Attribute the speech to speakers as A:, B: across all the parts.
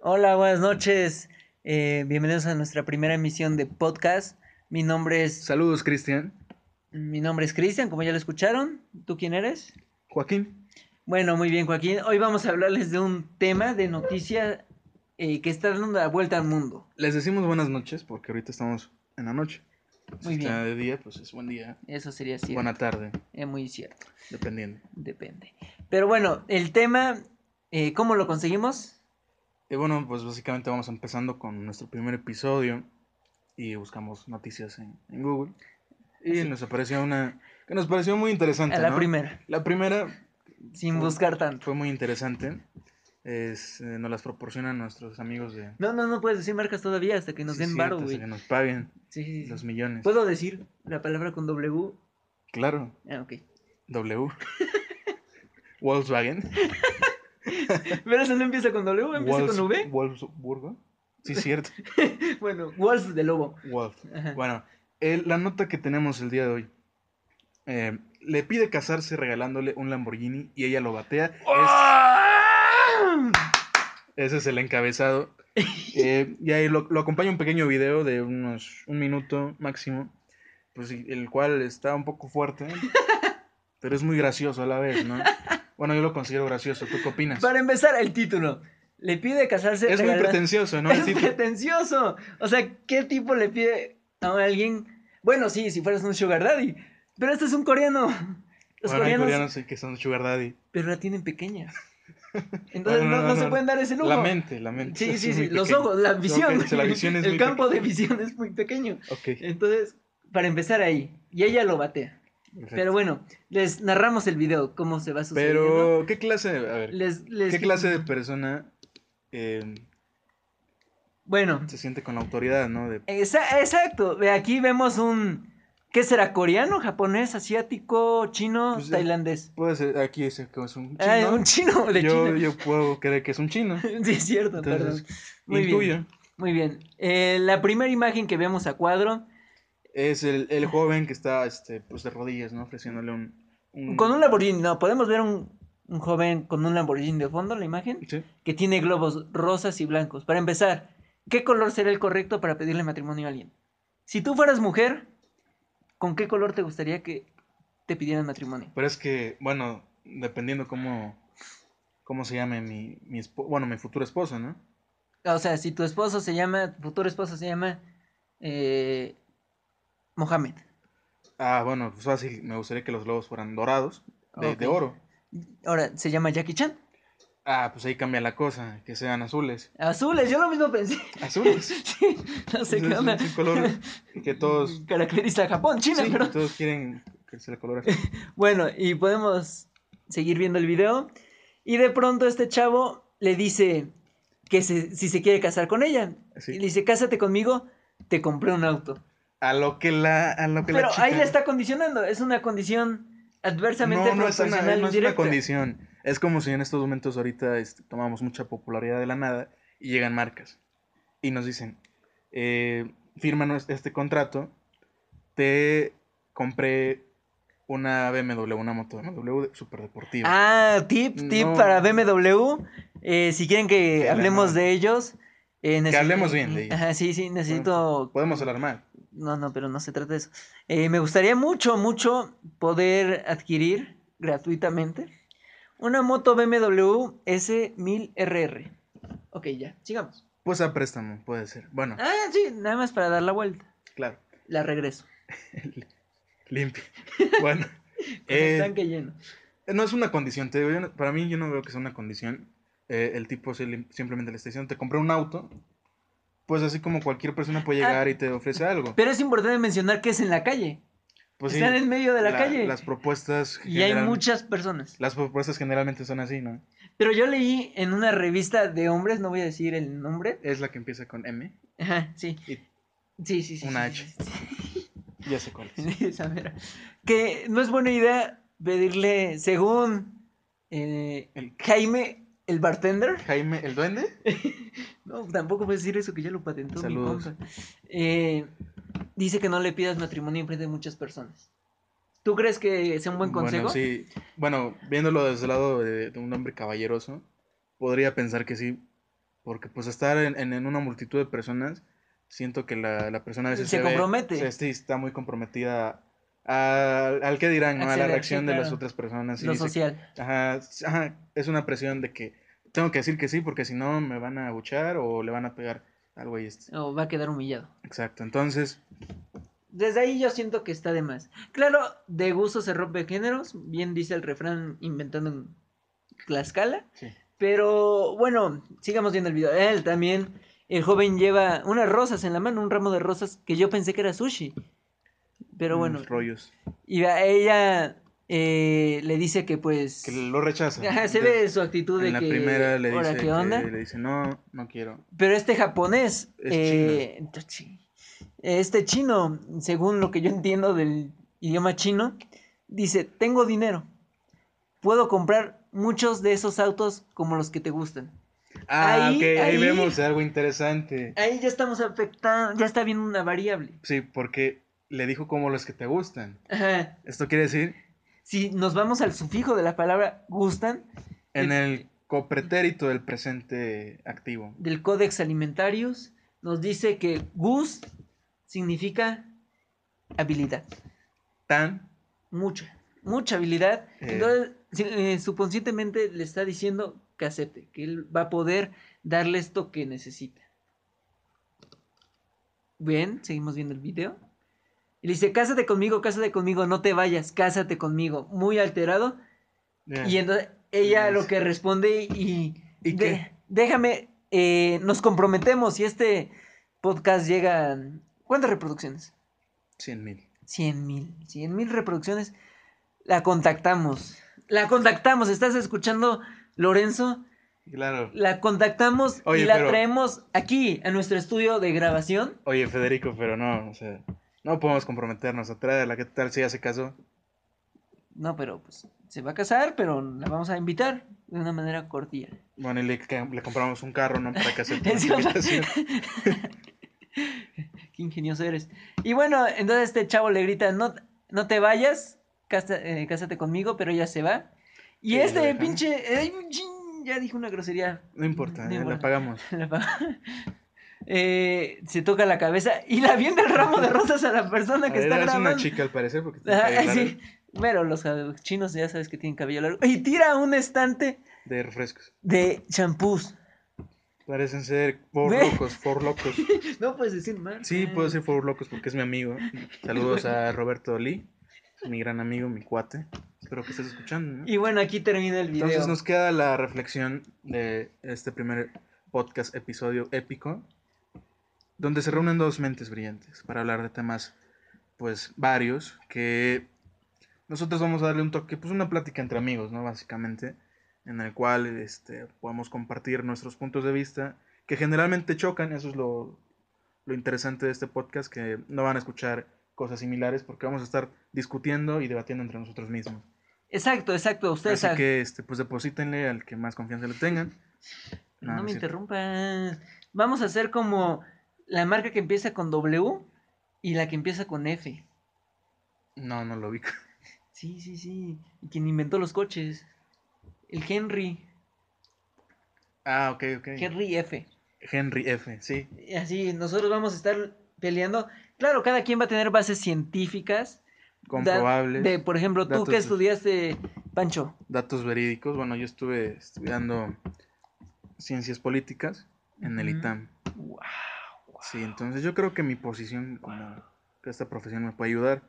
A: Hola, buenas noches. Eh, bienvenidos a nuestra primera emisión de podcast. Mi nombre es
B: Saludos, Cristian.
A: mi nombre es Cristian, como ya lo escucharon. ¿Tú quién eres?
B: Joaquín.
A: Bueno, muy bien, Joaquín. Hoy vamos a hablarles de un tema de noticia eh, que está dando la vuelta al mundo.
B: Les decimos buenas noches porque ahorita estamos en la noche.
A: Muy
B: si está
A: bien.
B: de día, pues es buen día.
A: Eso sería cierto.
B: Buena tarde,
A: Es muy cierto.
B: dependiendo.
A: Depende. Pero bueno, el tema, eh, ¿cómo lo conseguimos?
B: Y bueno, pues básicamente vamos empezando con nuestro primer episodio y buscamos noticias en, en Google. Y
A: Así.
B: nos apareció una que nos pareció muy interesante.
A: Eh, A la
B: ¿no? Uh.
A: primera,
B: La primera
A: sin buscar tanto.
B: fue muy interesante. Es, eh, nos las proporcionan nuestros amigos de...
A: No, no, no puedes decir marcas todavía hasta que nos
B: Sí,
A: den
B: cierto,
A: varo,
B: hasta
A: güey.
B: Que nos paguen
A: Sí, sí, Pues- sí.
B: los millones.
A: ¿Puedo decir la palabra con W?
B: Claro.
A: Ah, ok.
B: W. Volkswagen.
A: Pero eso no empieza con W, empieza
B: Wolfs-
A: con V.
B: Wolfsburgo. Sí, cierto.
A: Bueno, Wolf de Lobo.
B: Wolf.
A: Ajá.
B: Bueno, el- la nota que tenemos el día de hoy. Eh, le pide casarse regalándole un Lamborghini y ella lo batea.
A: ¡Ah!
B: Es- ese es el encabezado. Eh, y ahí lo, lo acompaña un pequeño video de unos un minuto máximo. Pues y- el cual está un poco fuerte. Pero es muy gracioso a la vez, ¿no? Bueno, yo lo considero gracioso. ¿Tú qué opinas?
A: Para empezar, el título. Le pide casarse.
B: Es muy
A: regala-
B: pretencioso, ¿no? El
A: Es
B: título.
A: pretencioso. O sea, ¿qué tipo le pide a alguien? Bueno, sí, si fueras un Sugar Daddy. Pero este es un coreano. Los
B: Bueno, hay
A: coreanos,
B: coreanos que son sugar daddy.
A: pero la tienen pequeña. Entonces
B: no,
A: no,
B: no,
A: no
B: no,
A: se
B: no.
A: pueden dar ese lujo.
B: La mente, la mente.
A: Sí,
B: es
A: sí,
B: muy
A: sí. Los
B: pequeña.
A: ojos, la
B: Ok,
A: visión.
B: sí, la visión es
A: El
B: muy
A: campo de visión es muy pequeño.
B: pequeña. Ok,
A: Entonces, para empezar ahí. Y ella lo batea.
B: perfecto.
A: Pero bueno, les narramos el video, cómo se va sucediendo.
B: Pero, ¿qué clase, de- a ver,
A: les, les-
B: qué clase de persona eh,
A: Bueno,
B: se siente con la autoridad, no? De,
A: esa- exacto. Ve, Aquí vemos un... ¿Qué será? ¿Coreano, japonés, asiático, chino,
B: Pues, eh,
A: tailandés?
B: puede ser, aquí dice que es un chino.
A: Ah, un chino, de
B: yo,
A: China.
B: yo puedo creer que es un chino.
A: Sí, es cierto,
B: Entonces,
A: perdón. Muy bien,
B: intuyo.
A: muy bien. Eh, la primera imagen que vemos a cuadro,
B: Es el, el joven que está, este, pues, de rodillas, ¿no? Ofreciéndole un...
A: con un Lamborghini, no, podemos ver un, un joven con un Lamborghini de fondo, la imagen,
B: Sí.
A: que tiene globos rosas y blancos. Para empezar, ¿qué color será el correcto para pedirle matrimonio a alguien? Si tú fueras mujer, ¿con qué color te gustaría que te pidieran matrimonio?
B: Pero es que, bueno, dependiendo cómo, cómo se llame mi, mi, espo- bueno, mi futuro esposo, ¿no?
A: O sea, si tu esposo se llama, tu futuro esposo se llama eh, Mohamed.
B: Ah, bueno, pues fácil. Me gustaría que los globos fueran dorados, de, de
A: Ok.
B: oro.
A: Ahora, se llama Jackie Chan.
B: Ah, pues ahí cambia la cosa, que sean azules.
A: Azules, yo lo mismo pensé.
B: Azules.
A: Sí, no sé
B: Es-
A: qué
B: es-
A: onda.
B: es un color que todos-
A: Caracteriza a Japón, China,
B: Sí,
A: pero...
B: todos quieren que se le colore.
A: Bueno, y podemos seguir viendo el video. Y de pronto este chavo le dice que se- si se quiere casar con ella.
B: Sí.
A: Y le dice, cásate conmigo, te compré un auto.
B: A lo que la, a lo que la
A: Pero
B: chica-
A: ahí le está condicionando. Es una condición adversamente
B: No, no es una,
A: proporcional
B: no es
A: indirecta.
B: una condición. Es como si en estos momentos ahorita este, tomamos mucha popularidad de la nada y llegan marcas y nos dicen, eh, fírmanos este contrato, te compré una BMW, una moto BMW super deportiva.
A: Ah, tip, tip
B: No.
A: para BMW. Eh, si quieren que
B: Que la
A: hablemos
B: no.
A: de ellos. eh, necesito-
B: hablemos bien de ellos.
A: Ajá, sí, sí, necesito
B: Podemos hablar mal.
A: No, no, pero no se trata de eso. Eh, me gustaría mucho, mucho poder adquirir gratuitamente una moto BMW S1000RR. Ok, ya, sigamos.
B: Pues a préstamo, puede ser. Bueno,
A: Ah, sí, nada más para dar la vuelta.
B: claro,
A: La regreso.
B: limpio. Bueno,
A: Con
B: eh,
A: el tanque lleno.
B: no es una condición, te digo, yo no- para mí yo no veo que sea una condición. Eh, el tipo se lim- simplemente le está diciendo, te compré un auto, pues así como cualquier persona puede
A: Ah.
B: llegar y te ofrece algo.
A: Pero es importante mencionar que es en la calle.
B: Pues sí,
A: Están en medio de la,
B: la-
A: calle.
B: Las propuestas...
A: Y hay
B: general-
A: muchas personas.
B: Las propuestas generalmente son así, ¿no?
A: Pero yo leí en una revista de hombres, no voy a decir el nombre.
B: Es la que empieza con M
A: Ajá, sí.
B: y
A: Sí, sí, sí.
B: Una
A: sí,
B: H.
A: sí, sí.
B: ya sé cuál es.
A: Esa mera. Que no es buena idea pedirle, según eh,
B: El
A: Jaime, el bartender.
B: Jaime, ¿el duende?
A: No, tampoco puedes decir eso que ya lo patentó. mi
B: Saludos.
A: compa. Eh, dice que no le pidas matrimonio en frente de muchas personas. ¿Tú crees que sea un buen consejo?
B: Bueno, sí. Bueno, viéndolo desde el lado de, de un hombre caballeroso, podría pensar que sí. Porque pues estar en, en- en una multitud de personas, siento que la, la persona a veces
A: Se
B: ve-
A: compromete.
B: se- sí, está muy comprometida a- al que dirán, ¿no? A la
A: Acceder, sí,
B: reacción de las
A: claro.
B: otras personas. y
A: lo
B: dice-
A: social.
B: ajá, s- ajá, es una presión de que tengo que decir que sí porque si no me van a abuchar o le van a pegar al güey este.
A: O va a quedar humillado.
B: Exacto, entonces,
A: Desde ahí yo siento que está de más. Claro, de gusto se rompe géneros, bien dice el refrán inventando en Tlaxcala.
B: sí.
A: Pero bueno, sigamos viendo el video. Él también, el joven lleva unas rosas en la mano, un ramo de rosas que yo pensé que era sushi. Pero bueno,
B: unos rollos.
A: y a ella eh, le dice que pues...
B: Que lo rechaza.
A: Ajá, se
B: Ya-
A: ve su actitud de
B: en la
A: que...
B: primera le
A: "Ora,
B: dice,
A: ¿qué onda?
B: que- le dice, no, no quiero.
A: Pero este japonés,
B: Es
A: eh, chi- este chino, según lo que yo entiendo del idioma chino, dice, tengo dinero, puedo comprar muchos de esos autos como los que te gustan.
B: Ah,
A: Ahí-
B: ok, ahí,
A: ahí-
B: vemos algo interesante.
A: Ahí ya estamos afectando, ya está viendo una variable.
B: Sí, porque le dijo como los que te gustan.
A: Ajá.
B: Esto quiere decir
A: Si nos vamos al sufijo de la palabra gustan,
B: en
A: Eh,
B: el copretérito del presente activo.
A: del Codex Alimentarius, nos dice que gus significa habilidad.
B: Tan,
A: mucha, mucha habilidad.
B: Eh.
A: Entonces, si- eh, subconscientemente le está diciendo que acepte, que él va a poder darle esto que necesita. Bien, seguimos viendo el video. Y le dice, cásate conmigo, cásate conmigo, no te vayas, cásate conmigo. Muy alterado.
B: ya.
A: Y entonces ella
B: Yes.
A: lo que responde y...
B: ¿Y
A: de-
B: qué?
A: Déjame, eh, nos comprometemos. Si este podcast llega... a- ¿Cuántas reproducciones?
B: Cien mil.
A: 100 mil, 100 mil reproducciones. La contactamos. La contactamos. ¿Estás escuchando, Lorenzo?
B: Claro.
A: La contactamos y
B: Oye,
A: la
B: pero-
A: traemos aquí, a nuestro estudio de grabación.
B: Oye, Federico, pero no, o sea, no podemos comprometernos a traerla. ¿Qué tal si ya se casó?
A: No, pero pues se va a casar, pero la vamos a invitar de una manera cortilla.
B: Bueno, y le, ca- le compramos un carro, ¿no? Para que acepte
A: Sí,
B: la
A: o sea,
B: invitación.
A: Qué ingenioso eres. Y bueno, entonces este chavo le grita, no, no te vayas, casa- eh, cásate conmigo, pero ella se va. Y
B: Sí, lo
A: este
B: dejan.
A: pinche... eh, chin, ya dijo una grosería.
B: No importa,
A: No
B: ya la
A: importa.
B: pagamos.
A: La pa- Eh, se toca la cabeza y la avienta el ramo de rosas a la persona que está
B: Era- es
A: grabando.
B: una chica al parecer porque tiene
A: Ajá,
B: cabello
A: sí. Pero los ja- chinos ya sabes que tienen cabello largo. Y tira un estante
B: largo de refrescos.
A: de champús.
B: Parecen ser por
A: Ve.
B: locos, por locos.
A: No puedes decir más.
B: Sí, pues, puedo decir por locos porque es mi amigo. Saludos a Roberto Lee, mi gran amigo, mi cuate. Espero que estés escuchando. ¿no?
A: Y bueno, aquí termina el video.
B: Entonces nos queda la reflexión de este primer podcast episodio épico, donde se reúnen dos mentes brillantes para hablar de temas, pues, varios, que nosotros vamos a darle un toque, pues, una plática entre amigos, ¿no? Básicamente, en el cual, este, podemos compartir nuestros puntos de vista, que generalmente chocan, eso es lo, lo interesante de este podcast, que no van a escuchar cosas similares porque vamos a estar discutiendo y debatiendo entre nosotros mismos.
A: Exacto, exacto. Ustedes
B: Así
A: saben.
B: que, este, pues deposítenle al que más confianza le tengan.
A: No,
B: No, no
A: me
B: es cierto.
A: interrumpas. Vamos a hacer como la marca que empieza con W y la que empieza con F.
B: No, no lo vi.
A: Sí, sí, sí. Y quien inventó los coches. El Henry.
B: Ah, ok, ok.
A: Henry F.
B: Henry F, sí.
A: Y Así, nosotros vamos a estar peleando. Claro, cada quien va a tener bases científicas.
B: Comprobables.
A: De, por ejemplo, tú
B: datos
A: que
B: de-
A: estudiaste, Pancho.
B: Datos verídicos. Bueno, yo estuve estudiando ciencias políticas en el
A: Ujú.
B: ITAM. Sí, entonces yo creo que mi posición como que esta profesión me puede ayudar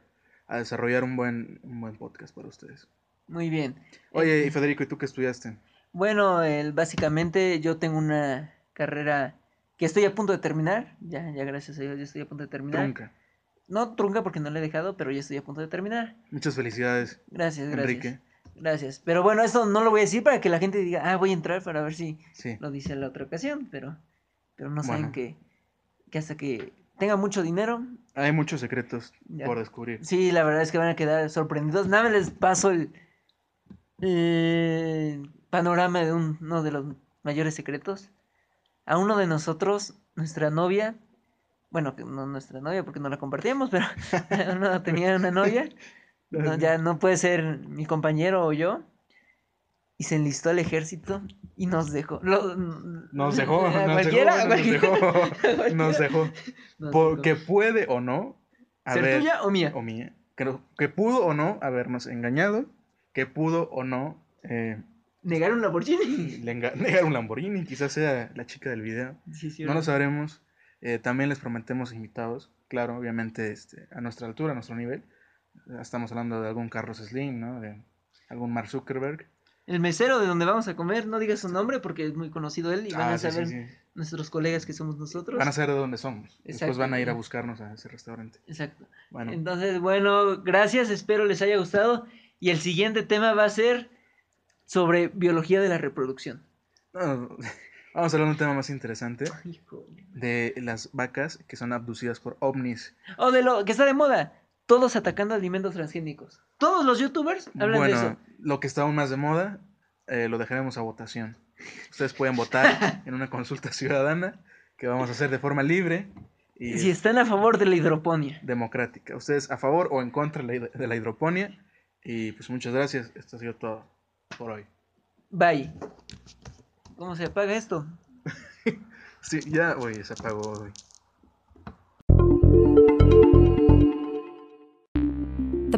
B: a desarrollar un buen, un buen podcast para ustedes.
A: Muy bien.
B: Oye,
A: Eh,
B: y Federico, ¿y tú qué estudiaste?
A: Bueno, el- básicamente yo tengo una carrera que estoy a punto de terminar. Ya, ya gracias a Dios, ya estoy a punto de terminar.
B: Trunca.
A: No trunca porque no la he dejado, pero ya estoy a punto de terminar.
B: Muchas felicidades,
A: Gracias, gracias.
B: Enrique.
A: Gracias. Pero bueno, eso no lo voy a decir para que la gente diga, ah, voy a entrar para ver si
B: Sí.
A: lo dice en la otra ocasión, pero, pero no saben
B: Bueno.
A: que, que hasta que tenga mucho dinero.
B: Hay muchos secretos
A: Ya.
B: por descubrir.
A: Sí, la verdad es que van a quedar sorprendidos. Nada más les paso el, el panorama de un- uno de los mayores secretos. A uno de nosotros, nuestra novia, bueno, que no nuestra novia porque no la compartíamos, pero no tenía una novia. No, ya no puede ser mi compañero o yo. y se enlistó al ejército y nos dejó. Lo-
B: Nos dejó,
A: A
B: nos dejó,
A: cualquiera, a
B: nos dejó,
A: cualquiera.
B: nos dejó.
A: Nos
B: Porque
A: dejó.
B: puede o no
A: ¿Ser
B: haber
A: tuya o mía?
B: o mía, creo que pudo o no habernos engañado, que pudo o no eh,
A: ¿Negar un Lamborghini?
B: le enga- negar un Lamborghini, quizás sea la chica del video,
A: Sí, sí,
B: no lo sabremos. Eh, también les prometemos invitados, claro, obviamente este, a nuestra altura, a nuestro nivel. Eh, Estamos hablando de algún Carlos Slim, ¿no? De algún Mark Zuckerberg.
A: El mesero de donde vamos a comer, no digas su nombre porque es muy conocido él y van
B: Ah,
A: a
B: sí, sí,
A: saber
B: sí.
A: nuestros colegas que somos nosotros.
B: Van a saber de dónde somos. Después
A: Exacto.
B: van a ir a buscarnos a ese restaurante.
A: Exacto.
B: Bueno,
A: Entonces, bueno, gracias, espero les haya gustado. Y el siguiente tema va a ser sobre biología de la reproducción.
B: no, vamos a hablar de un tema más interesante,
A: Hijo.
B: de las vacas que son abducidas por ovnis.
A: O Oh, de lo que está de moda, todos atacando alimentos transgénicos. Todos los youtubers hablan
B: bueno,
A: de eso.
B: lo que está aún más de moda, eh, lo dejaremos a votación. Ustedes pueden votar en una consulta ciudadana que vamos a hacer de forma libre y
A: Si están a favor de la hidroponía.
B: democrática. Ustedes a favor o en contra de la hid- de la hidroponía. Y pues muchas gracias. Esto ha sido todo por hoy.
A: Bye. ¿Cómo se apaga esto?
B: Sí, ya, oye, se apagó. güey.
C: The